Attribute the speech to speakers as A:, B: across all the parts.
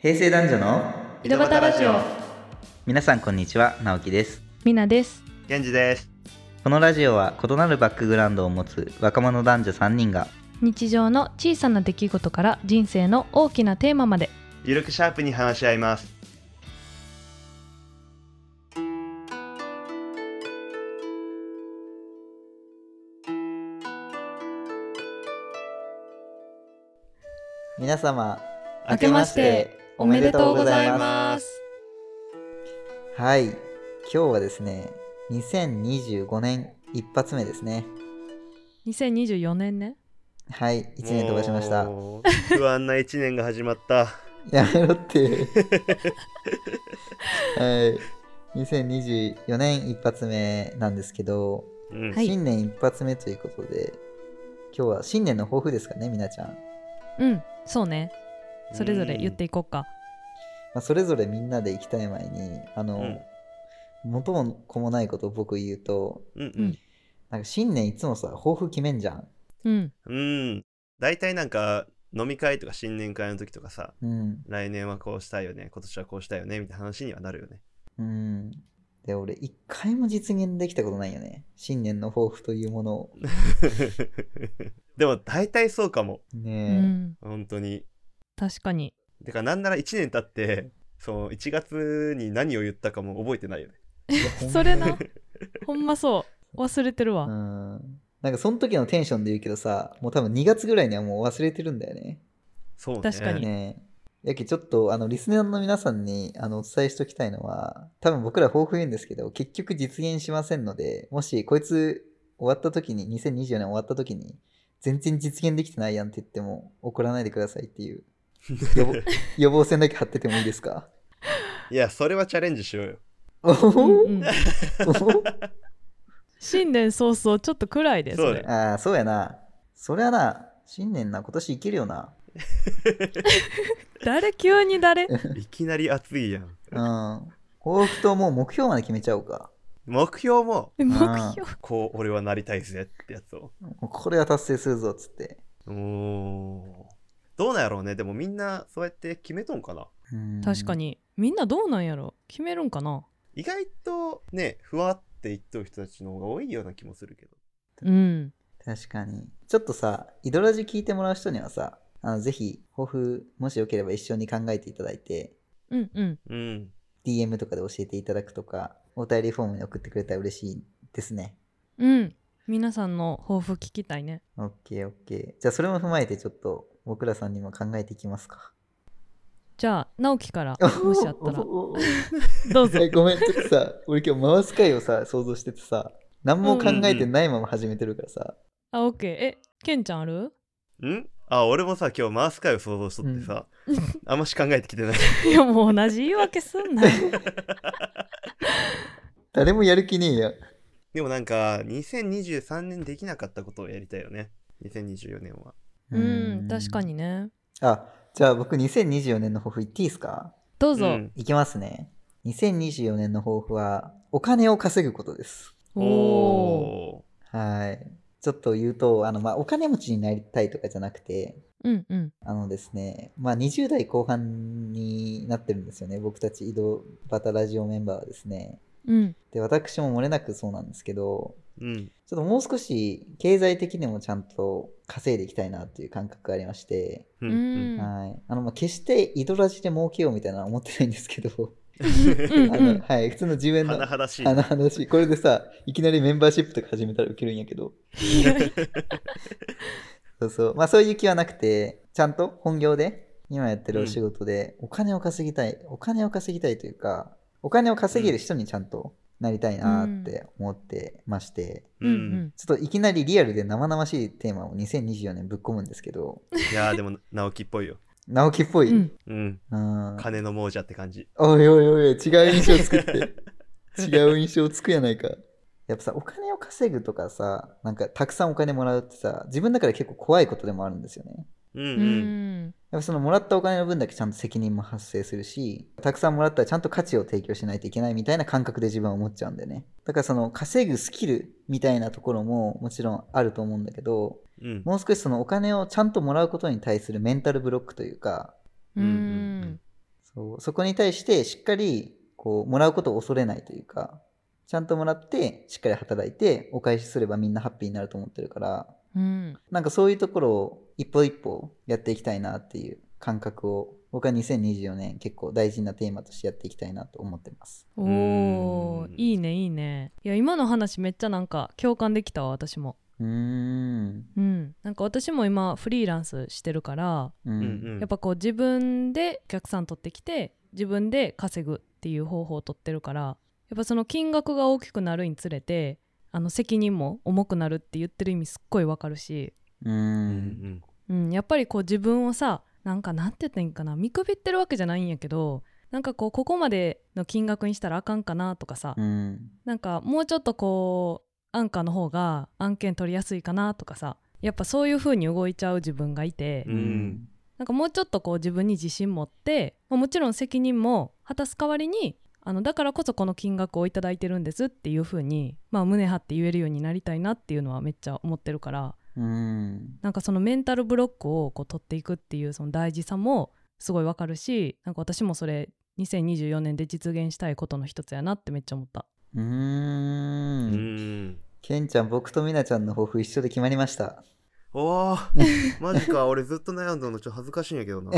A: 平成男女の
B: 井戸端ラジオ
A: 皆さんこんにちは直樹です
C: みなです。
B: 源氏です
A: このラジオは異なるバックグラウンドを持つ若者男女3人が
C: 日常の小さな出来事から人生の大きなテーマまで。
B: ゆるくシャープに話し合います
A: 皆様
C: 明けましておめでとうございます。
A: はい今日はですね2025年一発目ですね
C: 2024年ね。
A: はい1年飛ばしました
B: もう不安な一年が始まった
A: やめろって はい2024年一発目なんですけど、
B: うん、
C: はい
A: 新年一発目ということで今日は新年の抱負ですかねみなちゃん、ま
C: うん、そうね。それぞれ言っていこうか。
A: あ、それぞれみんなで行きたい前にあ
B: う
A: の、
B: ん
A: 元も子もないことを僕言うと
B: うん
A: なんか新年いつもさ抱負決めんじゃん
C: うん、
B: うんうん大体なんか飲み会とか新年会の時とかさ
A: うん
B: 来年はこうしたいよね今年はこうしたいよねみたいな話にはなるよね
A: うんで俺一回も実現できたことないよね新年の抱負というものを
B: でも大体そうかも
C: う
A: ねえ、
C: ん、
B: 本当に
C: 確かに。
B: てかなんなら1年経ってそう1月に何を言ったかも覚えてないよね
A: い や
C: それな。ほんまそう。忘れてる
A: う
C: わ。
A: んなんかその時のテンションで言うけどさもう多分2月ぐらいにはもう忘れてるんだよね。
B: そうね
C: 確かに
A: ねえやけちょっとあのリスナーの皆さんにあのお伝えしておきたいのは多分僕ら抱負言うんですけど結局実現しませんのでもしこいつ終わった時に2024年終わった時に全然実現できてないやんって言っても怒らないでくださいっていう予防予防線だけ張っててもいいですか
B: いやそれはチャレンジしようよ
A: お
C: うん
A: お
C: うん、新年早々ちょっと暗いです。
B: そう
C: そ
B: だ
C: れ
B: よ
A: ああそうやなそりゃな新年な今年いけるよな
C: 誰急に 誰
B: いきなり熱い やん
A: うん抱負ともう目標まで決めちゃおうか
B: 目標も
C: 目標
B: こう俺はなりたいぜってやつを
A: もうこれは達成するぞっつって
B: おーどうなんやろうねでもみんなそうやって決めとんかな
A: うん
C: 確かにみんなどうなんやろ決めるんかな
B: 意外とねふわって言っとる人たちの方が多いような気もするけど
C: うん
A: 確かにちょっとさイドラジ聞いてもらう人にはさあのぜひ抱負もしよければ一緒に考えていただいて
C: うんうん
B: うん、
A: DM とかで教えていただくとかお便りフォームに送ってくれたら嬉しいですね
C: うん皆さんの抱負聞きたいね
A: OKOK じゃあそれも踏まえてちょっと僕らさんにも考えていきますか
C: じゃあ直樹からもしあった らどうぞ
A: えごめんちょっとさ俺今日回す回をさ想像しててさ何も考えてないまま始めてるからさ、
C: あ、オッケー。え、ケンちゃんある
B: んあ俺もさ今日回す回を想像しとってさ、あんまし考えてきてない
C: いや、もう同じ言い訳すんな。
A: 誰もやる気ねえや
B: でもなんか2023年できなかったことをやりたいよね2024年は
C: うん、確かにね。
A: あじゃあ僕2024年の抱負言っていいですか
C: どうぞ。
B: うん
A: いきますね。2024年の抱負は、お金を稼ぐことです。
C: おー。
B: お
A: はい。ちょっと言うと、あの、まあ、お金持ちになりたいとかじゃなくて、
C: うんうん。
A: あのですね、まあ、20代後半になってるんですよね。僕たち井戸端ラジオメンバーはですね。
C: うん。
A: で、私も漏れなくそうなんですけど、
B: うん
A: ちょっともう少し経済的にもちゃんと稼いでいきたいなっていう感覚がありまして、
B: う
C: うんん。
A: はい。あの、まあ、決して井戸ラジで儲けようみたいなのは思ってないんですけ ど、
C: うん
A: あ
C: う
A: の、
C: ん。
A: はい、普通の10円の
B: 甚だしい
A: あの話、これでさ、いきなりメンバーシップとか始めたらウケるんやけど。
C: いやい
A: そうそう。まあそういう気はなくて、ちゃんと本業で、今やってるお仕事で、お金を稼ぎたい、お金を稼ぎたいというか、お金を稼げる人にちゃんとなりたいなーって思ってまして、
C: うんうん。
A: ちょっといきなりリアルで生々しいテーマを2024年ぶっ込むんですけど、
B: いやーでも直樹っぽいよ
A: 直樹っぽい。
C: うん
B: うん
A: うん
B: 金の亡者って感じ
A: おいおいおい、違う印象作って。違う印象つくやないか。やっぱさ、お金を稼ぐとかさ、なんかたくさんお金もらうってさ、自分だから結構怖いことでもあるんですよね。
B: うん
C: う
B: うん
C: ん。
A: やっぱそのもらったお金の分だけちゃんと責任も発生するし、たくさんもらったらちゃんと価値を提供しないといけないみたいな感覚で自分は思っちゃうんだよね。だからその稼ぐスキルみたいなところももちろんあると思うんだけど、
B: うん
A: もう少しそのお金をちゃんともらうことに対するメンタルブロックというか、
C: うん。
A: そうそこに対してしっかりこうもらうことを恐れないというかちゃんともらってしっかり働いてお返しすればみんなハッピーになると思ってるから
C: うん。
A: なんかそういうところを一歩一歩やっていきたいなっていう感覚を僕は2024年結構大事なテーマとしてやっていきたいなと思ってます。
B: うー
C: おお
B: ん
C: いいねいいねいや今の話めっちゃなんか共感できたわ私も
A: うーん。
C: うんなんか私も今フリーランスしてるから、
A: う
B: うん
A: ん。
B: うん
C: やっぱこう自分でお客さん取ってきて自分で稼ぐっていう方法を取ってるからやっぱその金額が大きくなるにつれてあの責任も重くなるって言ってる意味すっごいわかるし、
A: う。
B: うんうんん
C: うん、やっぱりこう自分をさなんかなんて言ったらいいんかな見くびってるわけじゃないんやけどなんかこうここまでの金額にしたらあかんかなとかさ、
A: うん。
C: なんかもうちょっとこうアンカーの方が案件取りやすいかなとかさやっぱそういう風に動いちゃう自分がいて、
B: うん
C: なんかもうちょっとこう自分に自信持って、まあ、もちろん責任も果たす代わりにあのだからこそこの金額をいただいてるんですっていう風に、まあ、胸張って言えるようになりたいなっていうのはめっちゃ思ってるから
A: うん。
C: なんかそのメンタルブロックをこう取っていくっていうその大事さもすごいわかるしなんか私もそれ2024年で実現したいことの一つやなってめっちゃ思った。
A: う
B: うん
A: ん。
B: うん
A: ケンちゃん、僕とミナちゃんの抱負一緒で決まりました。
B: おお マジか俺ずっと悩んだのちょっと恥ずかしいんやけどな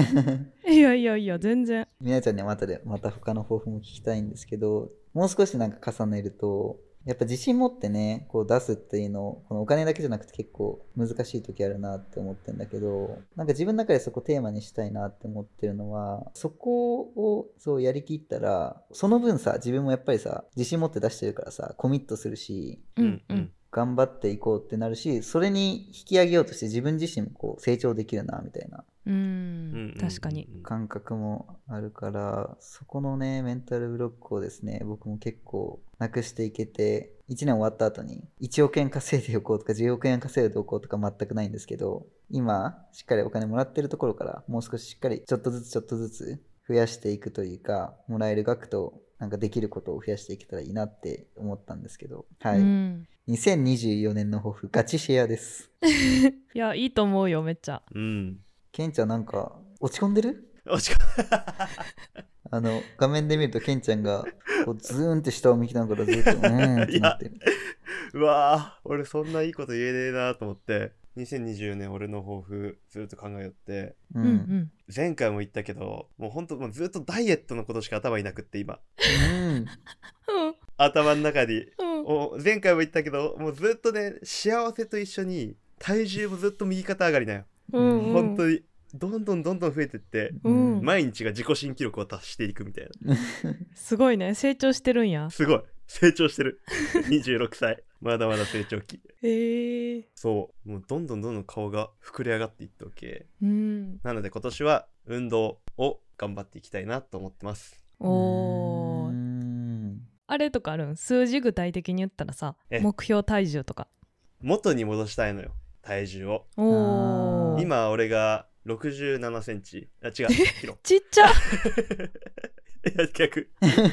C: いやいやいや全然
A: みなちゃんにはまたでまた他の抱負も聞きたいんですけどもう少しなんか重ねるとやっぱ自信持ってねこう出すっていうのこのお金だけじゃなくて結構難しい時あるなって思ってんだけどなんか自分の中でそこテーマにしたいなって思ってるのはそこをそうやりきったらその分さ自分もやっぱりさ自信持って出してるからさコミットするし
C: うんうん
A: 頑張っていこうってなるしそれに引き上げようとして自分自身もこう成長できるなみたいな
C: う
B: うんうんうん
C: ん
B: うん
C: 確かに
A: 感覚もあるからそこのねメンタルブロックをですね僕も結構なくしていけて1年終わった後に1億円稼いでおこうとか10億円稼いでおこうとか全くないんですけど今しっかりお金もらってるところからもう少ししっかりちょっとずつちょっとずつ増やしていくというかもらえる額となんかできることを増やしていけたらいいなって思ったんですけどはい、
C: うん
A: 2024年の抱負ガチシェアです
C: いやいいと思うよめっちゃ
B: うん
A: ケンちゃんなんか落ち込んでる
B: おしか
A: あの画面で見るとケンちゃんがこうズーンって下を見ながらずっとうーんってなってる。
B: うわー俺そんないいこと言えねえなと思って2020年俺の抱負ずっと考えよって
A: う
C: うんんうん
B: 前回も言ったけどもうほんともうずっとダイエットのことしか頭いなくって今
A: うん
B: 頭の中に
C: うんうん
B: お前回も言ったけどもうずっとね幸せと一緒に体重もずっと右肩上がりなよ、
C: うん
A: う
C: うんん
B: 本当にどんどんどんどん増えてって
C: うん
B: 毎日が自己新記録を達していくみたいな
C: すごいね成長してるんや
B: すごい成長して る26歳まだまだ成長期
C: へえ
B: そうもうどんどんどんどん顔が膨れ上がっていったわけ
C: うん
B: なので今年は運動を頑張っていきたいなと思ってます
C: お
A: うー
C: ー
A: ん
C: あれとかあるん数字具体的に言ったらさ
B: え
C: 目標体重とか
B: 元に戻したいのよ体重を
C: お
A: あー
C: ー
B: 今俺が6 7センチあ違うキロ
C: ちっちゃ
B: いや逆違う違う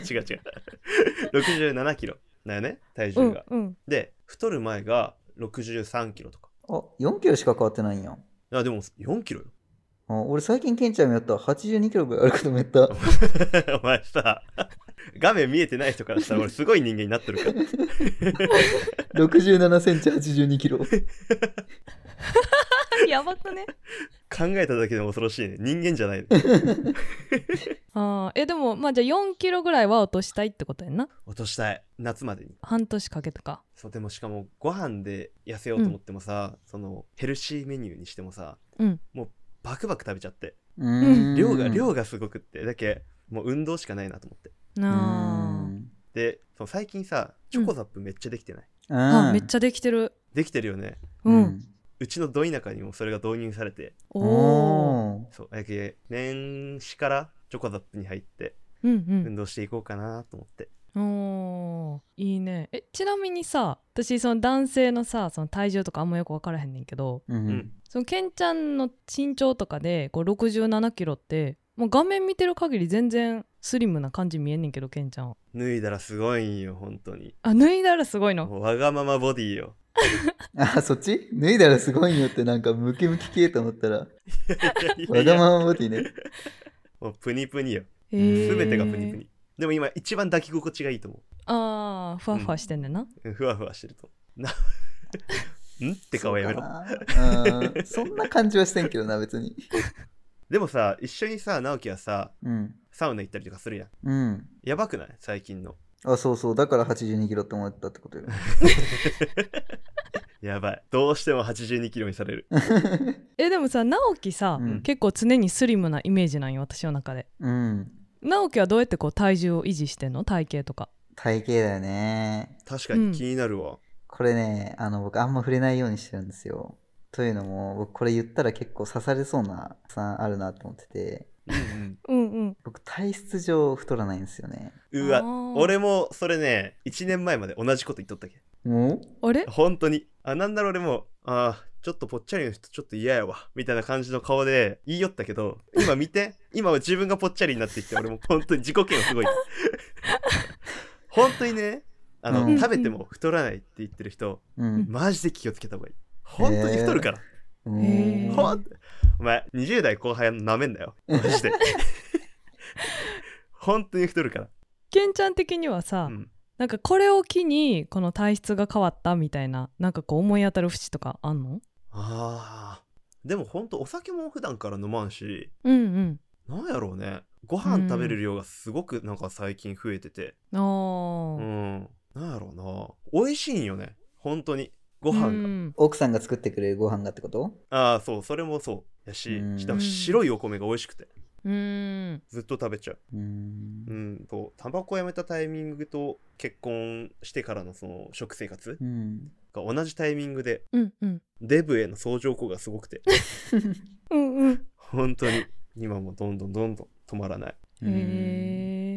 B: 67キロだよね体
C: う
B: 重
C: ん
B: が、
C: うん
B: で太る前が63キロとか
A: あ4キロしか変わってないんや。
B: あでも4キロよ
A: あ俺最近ケンちゃんもやったら82キロぐらいあることもやった。
B: お前さ画面見えてない人からしたら俺すごい人間になってるから
A: 67センチ82キロ。
C: やばくね
B: 考えただけでも恐ろしいね人間じゃない、ね、
C: あーえでもまあじゃあ4キロぐらいは落としたいってことやんな
B: 落としたい夏までに
C: 半年かけとか
B: そうでもしかもご飯で痩せようと思ってもさ、そのヘルシーメニューにしてもさ
C: うん
B: バクバク食べちゃって
A: うーん
B: 量が量がすごくってだけもう運動しかないなと思って
A: うー
C: なあ
A: ん
B: でその最近さチョコザップめっちゃできてない、
A: あ
C: あめっち
A: ゃ
C: ゃできてる
B: できてるよね
C: うん
B: うちのど田舎にもそれが導入されて
C: おお
B: そうだけ年始からチョコザップに入って
C: うんうん
B: 運動していこうかなと思って、
C: おーいいねえちなみにさ私その男性のさその体重とかあんまよく分からへんねんけど
A: うん
B: うん
C: そのケンちゃんの身長とかでこう67キロってもう画面見てる限り全然スリムな感じ見えんねんけどケンちゃんは
B: 脱いだらすごいんよ本当に
C: あ脱いだらすごいの
B: もうわがままボディ よ
A: あそっち脱いだらすごいよってなんかムキムキ系と思ったら
B: いやいやいや
A: わがままボディね。
B: もうプニプニよ
C: えへー
B: 全てがプニプニでも今一番抱き心地がいいと思
C: ああふわふわしてんねんな、
B: ううんふわふわしてるとな んって顔やめろ
A: そうかなうんそんな感じはしてんけどな別に
B: でもさ一緒にさ直樹はさ
A: うん
B: サウナ行ったりとかするやん
A: うん
B: やばくない最近の
A: あそうそうだから8 2キロって思ったってことよ
B: やばいどうしても8 2キロにされる
C: えでもさ直樹さ、
A: うん
C: 結構常にスリムなイメージなんよ私の中で
A: うん
C: 直樹はどうやってこう体重を維持してんの体型とか
A: 体型だよね
B: 確か
C: うん
B: に気になるわ、
A: これねあの僕あんま触れないようにしてるんですよというのも僕これ言ったら結構刺されそうなさんあるなと思ってて
B: うん
C: うんうん
A: 僕体質上太らないんですよね
B: うんうわ
C: あー
B: 俺もそれね1年前まで同じこと言っとったけ
A: も
C: あれ
B: 本当にあなんだろう俺もあーちょっとぽっちゃりの人ちょっと嫌やわみたいな感じの顔で言いよったけど今見て今は自分がぽっちゃりになってきて俺も本当に自己嫌悪すごい 本当にねあの、
A: うん
B: 食べても太らないって言ってる人
A: ううん
B: マジで気をつけた方がいい本当に太るから、
A: う
C: へー
A: ん
B: ほんお前20代後輩なめんなよマジで 本当に太るから
C: ケンちゃん的にはさ、
B: うん
C: なんかこれを機にこの体質が変わったみたいななんかこう思い当たる節とかあんの
B: あーでもほんとお酒も普段から飲まんし
C: うん
B: なんやろうねご飯食べる量がすごくなんか最近増えてて
C: うんあ
B: う
C: あ
B: ん、なんやろうな美味しいんよね本当にご
C: ご
B: 飯が、
A: 奥さんが作ってくれるご飯がってこと
B: ああそうそれもそうやし
A: うん
B: しかも白いお米が美味しくて
C: うん
B: ずっと食べちゃう
A: うーん
B: うんとタバコやめたタイミングと結婚してからのその食生活
A: うん
B: が同じタイミングで
C: うんうん
B: デブへの相乗効果がすごくて
C: うんうん
B: 本当に今もどんどんどんどん止まらない
A: うん
C: へ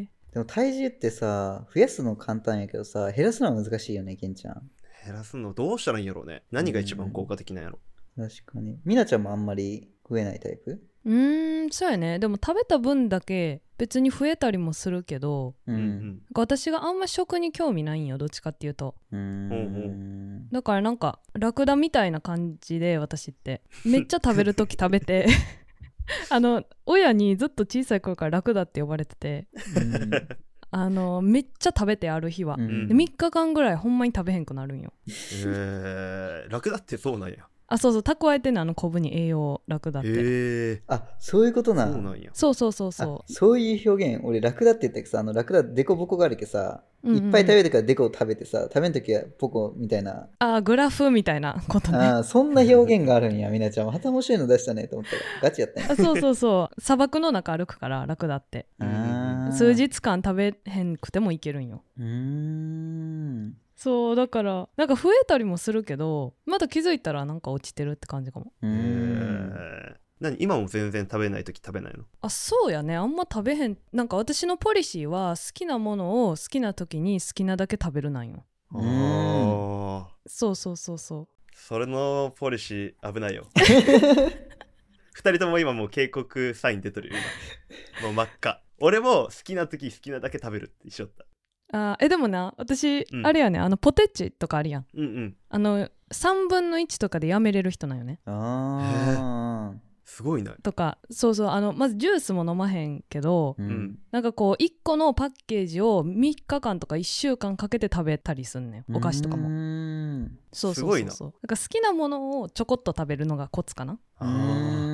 C: え
A: でも体重ってさ増やすの簡単やけどさ減らすのは難しいよねケンちゃん
B: 減らすのどうしたらいいんやろうね何が一番効果的なんやろ
A: 確かにみなちゃんもあんまり増えないタイプ
C: うーんそうやねでも食べた分だけ別に増えたりもするけど
A: う
B: うんん
C: なんか私があんま食に興味ないんよどっちかっていうと
A: うーん
B: ほう
C: だからなんかラクダみたいな感じで私ってめっちゃ食べる時食べて あの親にずっと小さい頃からラクダって呼ばれててあのめっちゃ食べてある日は、
A: うん
C: で3日間ぐらいほんまに食べへんくなるんよ
B: えー、楽だってそうなんや
C: あそうそう蓄えてんねんあの昆布に栄養ラクダって、
B: へえ
A: あそういうことな
B: そうなんや
C: そうそうそう
A: あ
C: そ
A: そういう表現俺ラクダって言ったけどさあのラクダデコボコがあるけどさ、
C: う、うんうん
A: いっぱい食べてからデコを食べてさ食べん時はポコみたいな
C: あグラフみたいなことね
A: あーそんな表現があるんやみなちゃんまた面白いの出したねと思ったらガチやったんや
C: あ そうそうそう砂漠の中歩くからラクダって
A: あー
C: 数日間食べへんくてもいけるんよ
A: うーん
C: そうだからなんか増えたりもするけどまだ気づいたらなんか落ちてるって感じかも
A: うー
B: へ
A: ん
B: え何今も全然食べない時食べないの
C: あそうやねあんま食べへんなんか私のポリシーは好きなものを好きな時に好きなだけ食べるなんよ
A: うー
B: ああ
C: そうそうそうそう
B: それのポリシー危ない よ 二人とも今もう警告サイン出てるよ今もう真っ赤俺も好きな時好きなだけ食べるって一緒だった
C: あーえでもな私、
B: うん
C: あれやねあのポテチとかあるやん
B: うんうん
C: あの3分の1とかでやめれる人なんよね
A: あ
B: すごいな
C: とかそうそうあのまずジュースも飲まへんけど、
A: ーうんん
C: なんかこう1個のパッケージを3日間とか1週間かけて食べたりすんねんお菓子とかも
A: うーん
C: そうそう
B: すご
C: そう
B: い
C: そう
B: な
C: なんか好きなものをちょこっと食べるのがコツかな
A: うー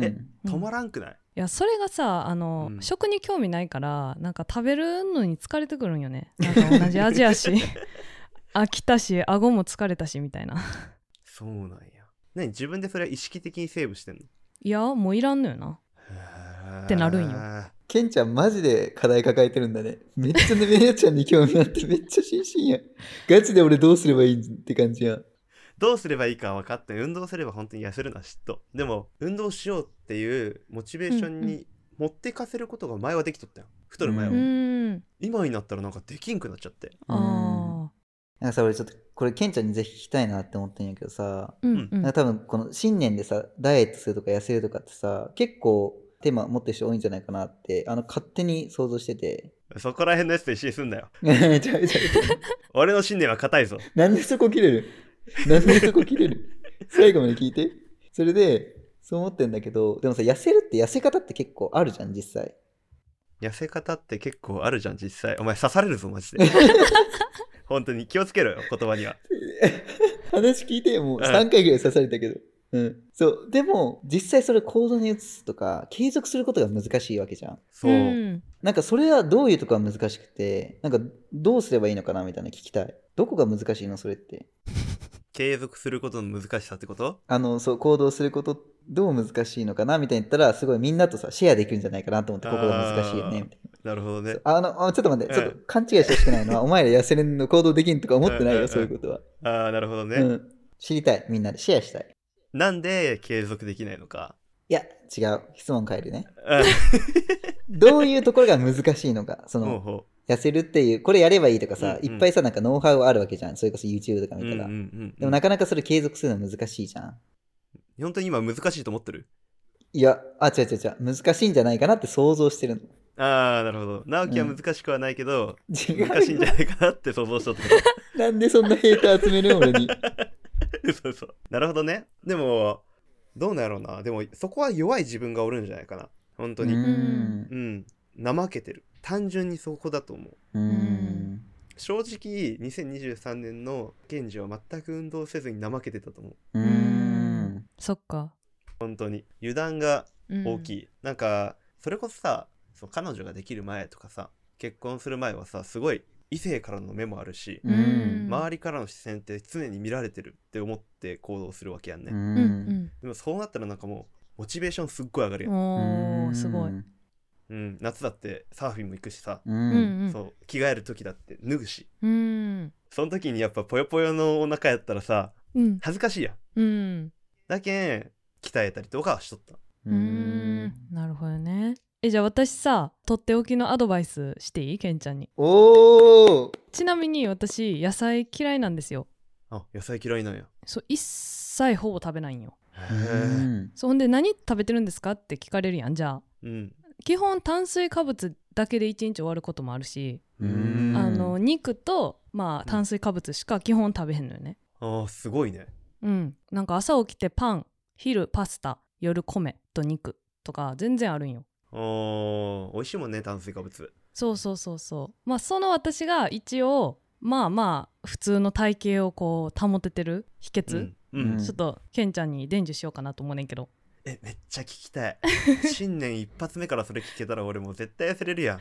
A: ん
B: え止ま
C: うんい
B: らんくない
C: やそれがさあの、
B: うん
C: 食に興味ないからなんか食べるのに疲れてくるんよねなんか同じ味やし飽きたし顎も疲れたしみたいな
B: そうなんや何自分でそれは意識的にセーブしてんの
C: いやもういらんのよな
B: っ
C: ってなるんよ
A: ケンちゃんマジで課題抱えてるんだね。めっちゃね、めやちゃんに興味あってめっちゃ心身や。ガチで俺どうすればいいんって感じや。
B: どうすればいいか分かって運動すれば本当に痩せるのは嫉妬でも運動しようっていうモチベーション
C: うん
B: に持ってかせることが前はできとったよ太る前は、
C: う
A: うん
C: ーん
B: 今になったらなんかできんくなっちゃって
C: あ
A: なんかさ、俺ちょっとこれケンちゃんにぜひ聞きたいなって思ってんやけどさ、
C: ーうんう
A: な
C: ん
A: んか多分この新年でさ、ダイエットするとか痩せるとかってさ、結構テーマ持ってる人多いんじゃないかなって、あの、勝手に想像して て。
B: そこら辺のやつと一緒にすんなよ
A: ちゃうちゃうちゃう。
B: 俺の信念は硬いぞ
A: なんでそこ切れるなんでそこ切れる最後まで聞いて。それで、そう思ってんだけど、でもさ、痩せるって痩せ方って結構あるじゃん、実際。
B: 痩せ方って結構あるじゃん、実際。お前刺されるぞ、マ ジで。本当に気をつけろよ、言葉には。
A: 話聞いてもう
B: うん
A: 3回ぐらい刺されたけど、うん、そうでも実際それ行動に移すとか継続することが難しいわけじゃん
B: そう。
C: ん
A: なんかそれはどういうとこが難しくてなんかどうすればいいのかなみたいなの聞きたいどこが難しいのそれって
B: 継続することの難しさってこと
A: あのそう行動することどう難しいのかなみたいに言ったらすごいみんなとさシェアできるんじゃないかなと思ってここが難しいよねみたいな
B: なるほどね。
A: あのあちょっと待って、
B: うん
A: ちょっと勘違いしてほしくない のはお前ら痩せれんの行動できんとか思ってないよ、
B: うんうんうん
A: そういうことは、
B: ああ、なるほどね、
A: うん、知りたいみんなでシェアしたい
B: なんで継続できない のか。
A: いや違う質問変えるね
B: うん
A: どういうところが難しいのか、そ
B: ほう
A: の、
B: ほ
A: 痩せるっていう、これやればいいとかさ、
B: うんうん
A: いっぱいさ、なんかノウハウあるわけじゃん。それこそ YouTube とか
B: う。う
A: 見
B: ん
A: た
B: うん
A: ら。
B: うん
A: でもなかなかそれ継続するの難しいじゃん。
B: 本当に今難しいと思ってる
A: いや、あ、違う違う違う、難しいんじゃないかなって想像してるの。
B: ああ、なるほど。直樹は難しくはないけど、
A: 違う。
B: 難しいんじゃないかなって想像しとってこ
A: なんでそんなヘイター集める俺 に。
B: と そうそう。なるほどね。でも、どうなんやろうな。でも、そこは弱い自分がおるんじゃないかな。本当
A: う
B: に。うん、
A: ん。
B: 怠けてる。単純にそこだと思う。
A: うん。
B: 正直、2023年の現時は全く運動せずに怠けてたと思う。
A: う
C: うんん。そっか
B: 本当に。油断が大き
C: い
B: い、なんかそれこそさそう彼女ができる前とかさ結婚する前はさすごい異性からの目もあるし、
A: うん
C: うん
B: 周りからの視線って常に見られてるって思って行動するわけやんね、
A: うん
C: うん
B: でもそうなったらなんかもうモチベーションすっごい上がる
C: うん
B: やん、
C: おーすごい
B: うん夏だってサーフィンも行くしさ、
A: う。
C: うんん
B: そう着替える時だって脱ぐし
C: うん
B: その時にやっぱぽよぽよのお腹やったらさ
C: うん
B: 恥ずかしいやん
C: うん
B: だけん鍛えたりとかはしとった
C: うーんなるほどねえじゃあ私さとっておきのアドバイスしていいケンちゃんに
A: おー
C: ちなみに私野菜嫌いなんですよ
B: あ野菜嫌いなんや
C: そう一切ほぼ食べないんよ
A: う
B: へ
A: ん
C: そうほんで何食べてるんですかって聞かれるやんじゃあ
B: えうん
C: 基本炭水化物だけで一日終わることもあるし、
A: うん
C: あの肉とま
B: ん
C: あ炭水化物しか基本食べへんのよね
B: あーすごいね
C: うんなんか朝起きてパン昼パスタ夜米と肉とか全然あるんよ
B: おー美味しいもんね炭水化物
C: そうそうそうそうまあその私が一応まあまあ普通の体型をこう保ててる秘訣、
B: うん、
A: うん
C: ちょっとケンちゃんに伝授しようかなと思うねんけど
B: えめっちゃ聞きたい新年一発目からそれ聞けたら俺もう絶対痩せれるやん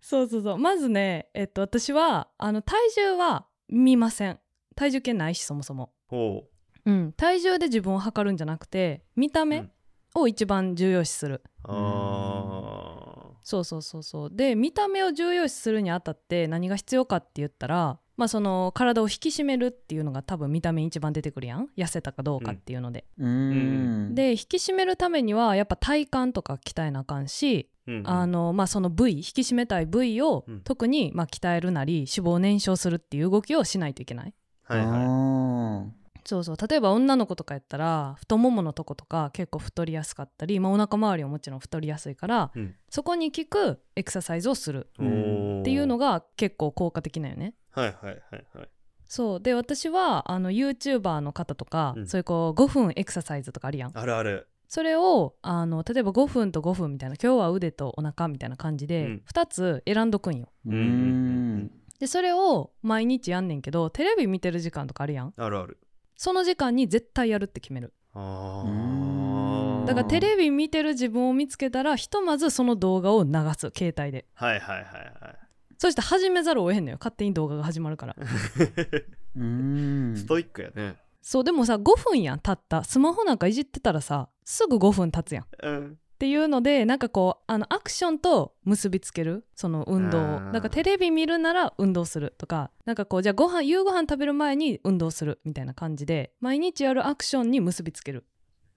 C: そうそうそうまずねえっと私はあの体重は見ません体重計ないしそもそも
B: ほう
C: うん体重で自分を測るんじゃなくて見た目を一番重要視する、
B: あ
C: そうそうそうそうで見た目を重要視するにあたって何が必要かって言ったらまあその体を引き締めるっていうのが多分見た目に一番出てくるやん痩せたかどうかっていうので、
A: うん。
C: で引き締めるためにはやっぱ体幹とか鍛えなあかんし、
B: ーうん
C: あのまあその部位引き締めたい部位を
B: うん
C: 特にまあ鍛えるなり脂肪を燃焼するっていう動きをしないといけない
B: はいはい
A: は
C: そうそう例えば女の子とかやったら太もものとことか結構太りやすかったり、まあ、お腹周りはもちろん太りやすいから、
B: うん
C: そこに効くエクササイズをする
A: いうん
B: おー
C: っていうのが結構効果的なよね。
B: はいはいはいはい
C: そうで私はあの YouTuber の方とか、
B: うん
C: そういうこう5分エクササイズとかあるやん
B: あるある
C: それをあの例えば5分と5分みたいな今日は腕とお腹みたいな感じ
B: う
C: で
B: ん
C: 2つ選んどくんよ。
A: う
B: うんうん
A: ん。
C: でそれを毎日やんねんけどテレビ見てる時間とかあるやん
B: あるある
C: その時間に絶対やるって決める
B: あ
A: うん
B: ー
C: だからテレビ見てる自分を見つけたらひとまずその動画を流す携帯で
B: はいはいはいは
C: そして始めざるを得へんのよ勝手に動画が始まるから
A: うん
B: いストイックやね
C: そうでもさ5分やんたったスマホなんかいじってたらさすぐ5分経つやんっ
B: うん
C: ていうのでなんかこうあのアクションと結びつけるその運動を
B: あー
C: だからテレビ見るなら運動するとかなんかこうじゃあご飯夕ご飯食べる前に運動するみたいな感じで毎日やるアクションに結びつける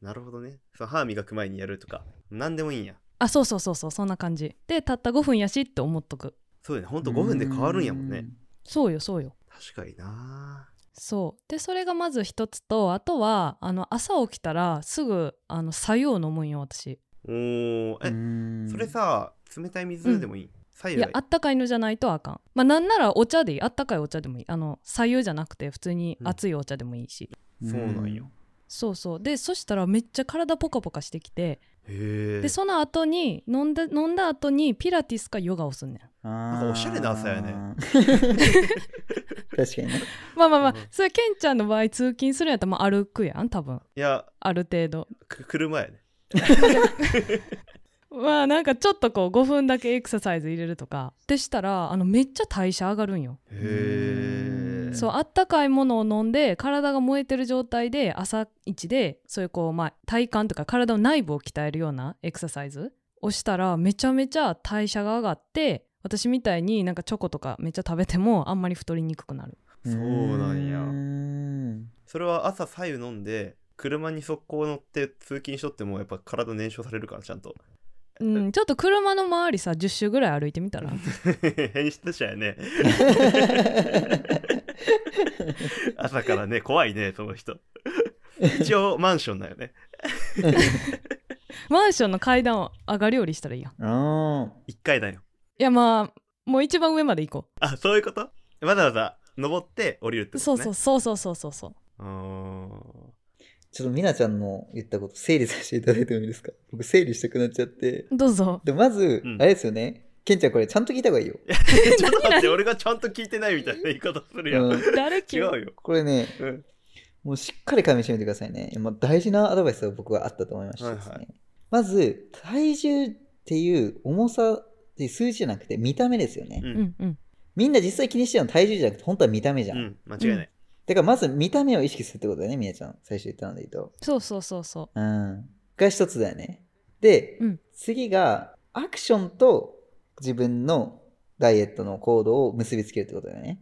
B: なるほどねそう歯磨く前にやるとか何でもいいんや
C: あそうそうそうそうそんな感じでたった5分やしって思っとく
B: そうだねほんと5分で変わるんやもんね。
C: そうよそうよ
B: 確かにな
C: そうでそれがまず一つとあとはあの朝起きたらすぐあの白湯を飲むんよ私
B: おー
A: え
B: え、それ、さ冷たい水でもいい、白湯
C: いやあったかいのじゃないとあかんまあなんならお茶でいいあったかいお茶でもいいあの白湯じゃなくて普通に熱いお茶でもいいし、
B: そうなんよ。
C: そうそうでそしたらめっちゃ体ポカポカしてきて
B: へえ
C: でその後に飲んだ飲んだ後にピラティスかヨガをすんねん
A: なん
B: かおしゃれな朝やね
A: 確かにね。
C: まあまあまあ
B: うん
C: それケンちゃんの場合通勤するんやったらまあ歩くやん多分
B: いや
C: ある程度
B: く車やね
C: まあなんかちょっとこう5分だけエクササイズ入れるとかってしたらあのめっちゃ代謝上がるんよ
B: へえ
C: そうあったかいものを飲んで体が燃えてる状態で朝一でそういうこう、まあ、体幹とか体の内部を鍛えるようなエクササイズをしたらめちゃめちゃ代謝が上がって私みたいになんかチョコとかめっちゃ食べてもあんまり太りにくくなる
B: そうなんや
A: や。
B: それは朝左右飲んで車に速攻乗って通勤しとってもやっぱ体燃焼されるからちゃんと
C: うんちょっと車の周りさ10周ぐらい歩いてみた ら
B: 変質者やね 朝から ね怖いねその人一応マンションだよね
C: マンションの階段を上がり下りしたらいいやんい
A: うん。
B: 一階だよ
C: やまあもう一番上まで行こ
B: あそういうことわざわざ登って降りるって
C: う、
B: こと、ね、
C: そうそうそうそうそうそうそう
B: うーん
A: ちょっとみなちゃんの言ったこと整理させていただいてもいいですか 僕整理したくなっちゃって。
C: どうぞ
A: でまず、
B: うん
A: あれですよね。ケンちゃんこれちゃんと聞いた方がいいよ。
B: ちょっと待って俺がちゃんと聞いてないみたいな言い方するやん、
A: う
B: 違
A: ん
C: 誰
B: う
C: 急
B: よ、
A: これね、
B: うん
A: もうしっかり噛み締めてくださいね。まあ、大事なアドバイスが僕はあったと思いましたですね。
B: はいは
A: まず、体重っていう重さっていう数字じゃなくて見た目ですよね。
B: うん
C: うんうん
A: みんな実際気にしてるのは体重じゃなくて本当は見た目じゃん。
B: うん間違いない、
A: だからまず見た目を意識するってことだよね、みなちゃん。最初言ったので言うと。
C: そうそうそうそう
A: うん。が一つだよね。で、
C: うん
A: 次がアクションと自分のダイエットの行動を結びつけるってことだよね。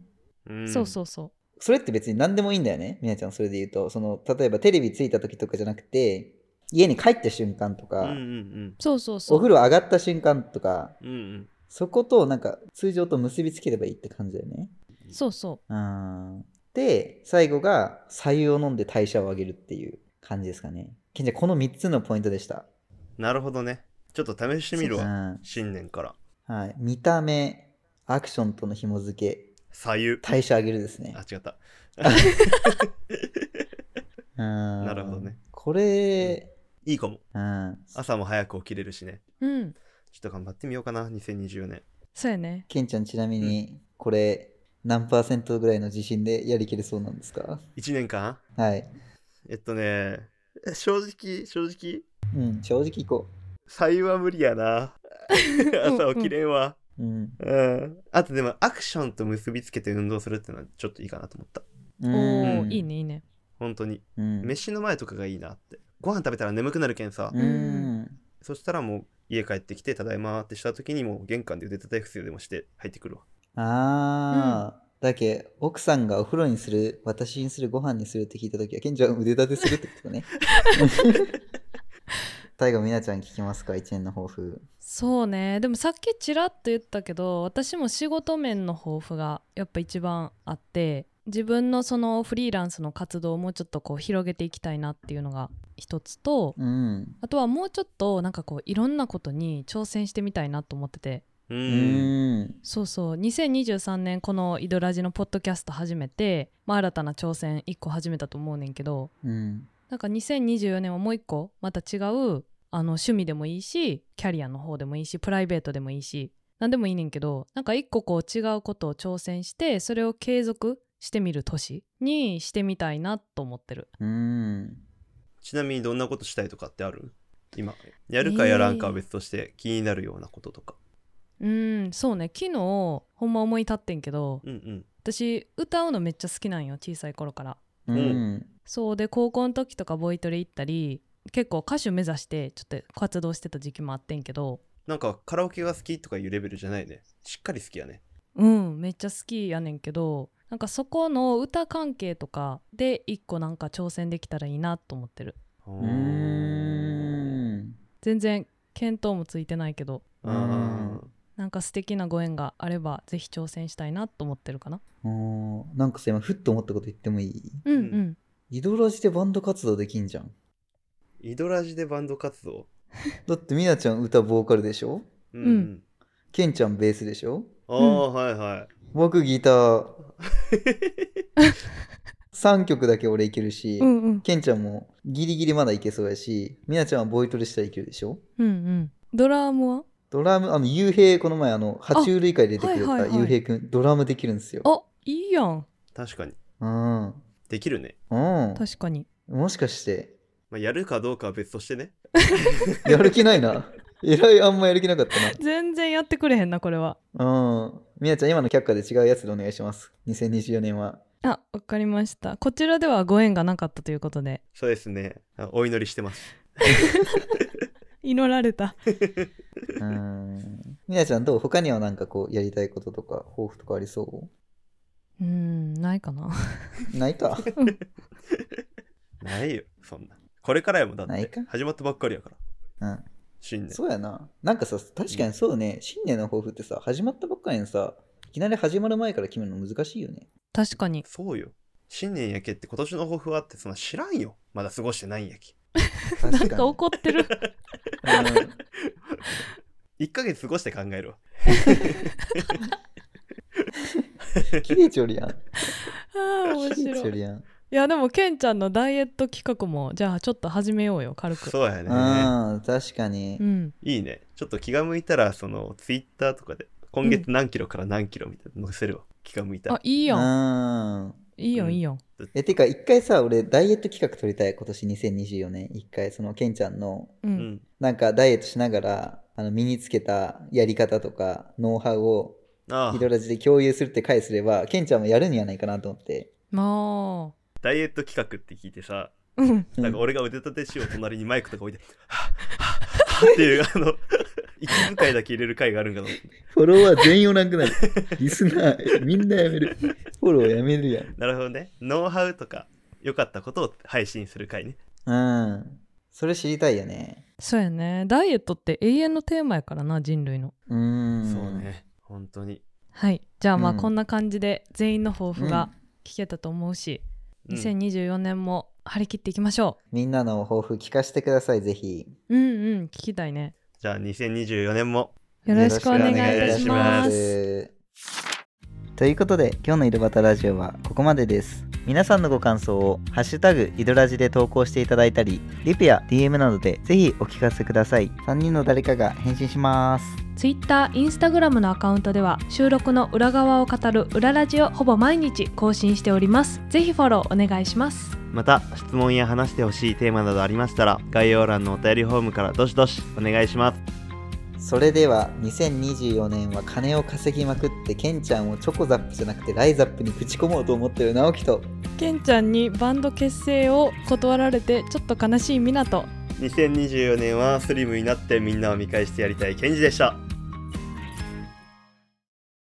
B: ん
C: そうそうそう
A: それって別に何でもいいんだよね、みなちゃん。それで言うと、その、例えばテレビついた時とかじゃなくて、家に帰った瞬間とか、
B: うんうん
C: そうそうそう
A: お風呂上がった瞬間とか、
B: うんうん
A: そことなんか通常と結びつければいいって感じだよね。
C: そうそ
A: うん。で、最後が、左右を飲んで代謝を上げるっていう感じですかね。ケンちゃん、この3つのポイントでした。
B: なるほどねちょっと試してみる
A: う
B: わ
A: ん。
B: 新年から
A: はい。見た目、アクションとの紐付け、
B: 左右
A: 代謝上げるですね
B: あ。違った
A: な
B: なるほどね。
A: これ、
B: いいかも
A: うん。
B: 朝も早く起きれるしね
C: ううん
B: ちょっと頑張ってみようかな2024年
C: そうやね
A: ケンちゃん、ちなみに、これ、何パーセントぐらいの自信でやりきれそうなんですか
B: 1年間
A: はい。
B: えっとね正直正直
A: うん、正直いこ
B: 左右は無理 やな朝起きれんわ
A: う。うん。
B: うんあとでもアクションと結びつけて運動するっていうのはちょっといいかなと思った
A: お
C: おおいい
A: ね。
C: ねいいね
B: 本当に
A: うん。
B: 飯の前とかがいいなってご飯食べたら眠くなるけんさ、
A: うん。
B: そしたらもう家帰ってきてただいまってした時にもう玄関で腕立て伏せでもして入ってくるわ
A: ああ、だけ奥さんがお風呂にする私にするご飯にするって聞いた時はケンちゃんは腕立てするってこと ね最後みなちゃん聞きますか一年の抱負
C: そうねでもさっきちらっと言ったけど私も仕事面の抱負がやっぱ一番あって自分のそのフリーランスの活動をもうちょっとこう広げていきたいなっていうのが一つと
A: うん
C: あとはもうちょっとなんかこういろんなことに挑戦してみたいなと思ってて
B: う
A: う
B: ーん
A: ん
C: そうそう2023年この「イドラジ」のポッドキャスト始めて、まあ、新たな挑戦一個始めたと思うねんけど
A: うん
C: なんか2024年はもう一個また違うあの趣味でもいいしキャリアの方でもいいしプライベートでもいいし何でもいいねんけどなんか一個こう違うことを挑戦してそれを継続してみる年にしてみたいなと思ってる
A: うん
B: ちなみにどんなことしたいとかってある今やるかやらんかは別として気になるようなこととか、
C: うんそうね昨日ほんま思い立ってんけど
B: うん
C: 私歌うのめっちゃ好きなんよ小さい頃から
A: うんうん
C: そうで高校の時とかボイトレ行ったり結構歌手目指してちょっと活動してた時期もあってんけど
B: なんかカラオケが好きとかいうレベルじゃないねしっかり好きやね
C: うんめっちゃ好きやねんけどなんかそこの歌関係とかで一個なんか挑戦できたらいいなと思ってる
A: うんうん
C: 全然見当もついてないけど
B: あー
C: なんか素敵なご縁があればぜひ挑戦したいなと思ってるかな
A: おーなんかさ今ふっと思ったこと言ってもいい
C: うん
B: う
C: うん
A: イドラジでバンド活動できんじゃん
B: イドラジでバンド活動
A: だってみなちゃん歌ボーカルでしょ
B: うんん、
A: ケンちゃんベースでしょ
B: ああ、はいはい
A: 僕ギター好3曲だけ俺いけるし、
C: うんうん
A: ケンちゃんもギリギリまだいけそうやし、みなちゃんはボイトレしたらいけるでしょ
C: うんうんドラムは
A: ドラム、あの、幽閉、この前、あの、爬虫類界で出てくれた
C: はいはいはい
A: 幽閉くん、ドラムできるんですよ。
C: あいいやん
B: 確かに。
A: うん。う
B: できるね。
A: ん。
C: 確かに
A: もしか して、
B: まあ、やるかどうかは別としてね。
A: やる気ないな。えらい、あんまやる気なかった
C: 全然やってくれへんなこれは
A: な。うん。みなちゃん、今の却下で違うやつでお願いします。2024年は。
C: あわかりましたこちらではご縁がなかったということで
B: そうですね。あお祈りしてます。
C: 祈られた
A: うん。みなちゃん、どう他にはなんかこう、やりたいこととか、抱負とかありそう
C: ーんないかな
A: ないか。
B: ないよ、そんな。これからやもんだっ
A: ない
B: て
A: か。
B: 始まったばっかりやから。
A: うん。
B: 新年。
A: そうやな。なんかさ、確かにそうね、新年の抱負ってさ、始まったばっかりにさ、いきなり始まる前から決めるの難しいよね。
C: 確かに
B: そうよ。新年やけって今年の抱負はってそんな知らんよ。まだ過ごしてないんやき。
A: 確
C: なんか怒って る
A: うん
B: 1ヶ月過ごして考えるわ。
A: 切れちょるやん。
C: あー面
A: 切れち
C: 白
A: ょ
C: い
A: るやん。
C: いやでもケンちゃんのダイエット企画もじゃあちょっと始めようよ軽く
B: そうやね。
A: うん、確かに
C: う。ん
B: いいね。ちょっと気が向いたら、その、ツイッターとかで、今月何キロから何キロみたいなの載せるわ。気が向いた
C: あ
B: ら。
C: いいやん
A: うん。
C: いいよ
B: うん
C: いいよ
A: え、てか、一回さ、俺、ダイエット企画撮りたい、今年2024年。一回、その、ケンちゃんの、
C: うん、
B: うん。
A: なんか、ダイエットしながら、あの身につけたやり方とか、ノウハウを、
B: あ
A: ヒド
B: あ、
A: ラジで共有するって回すれば、ケンちゃんもやるんじゃないかなと思って。
C: ま
B: ダイエット企画って聞いてさ、
C: あうん
A: うん
B: なんか俺が腕立てしよう隣にマイクとか置いて、はぁはぁはぁって いう、あの、息遣いだけ入れる回があるんかと思って
A: フォロワー全員おらんくな る。リスナー、みんなやめる。フォローやめるや
B: なるほどね。ノウハウとか、良かったことを配信する回ね。
A: ん。うん。それ知りたいよね。
C: そうやねダイエットって永遠のテーマやからな人類の
A: うん。
B: そう。ね。本当に。
C: はいじゃあまあ
A: うん
C: こんな感じで全員の抱負
A: うん
C: が聞けたと思うし、
B: うん
C: 2024年も張り切っていきましょ
A: みんなの抱負聞かせてください、ぜひ。
C: ううんうん聞きたいね
B: じゃあ、2024年も。
C: よろしくお願いいたしま
B: よろしくお願いいたします
A: す。ということで今日の井戸端ラジオはここまでです。皆さんのご感想を「ハッシュタグ井戸ラジ」で投稿していただいたりリプや DM などでぜひお聞かせください3人の誰かが返信します
C: Twitter、Instagram のアカウントでは収録の裏側を語る裏ラジをほぼ毎日更新しておりますぜひフォローお願いします
B: また、質問や話してほしいテーマなどありましたら、概要欄のお便りフォームからどしどしお願いします。
A: それでは2024年は金を稼ぎまくってケンちゃんをチョコザップじゃなくてライザップにぶち込もうと思ってる直樹と
C: けんちゃんにバンド結成を断られてちょっと悲しい湊
B: 2024年はスリムになってみんなを見返してやりたいケンジでした。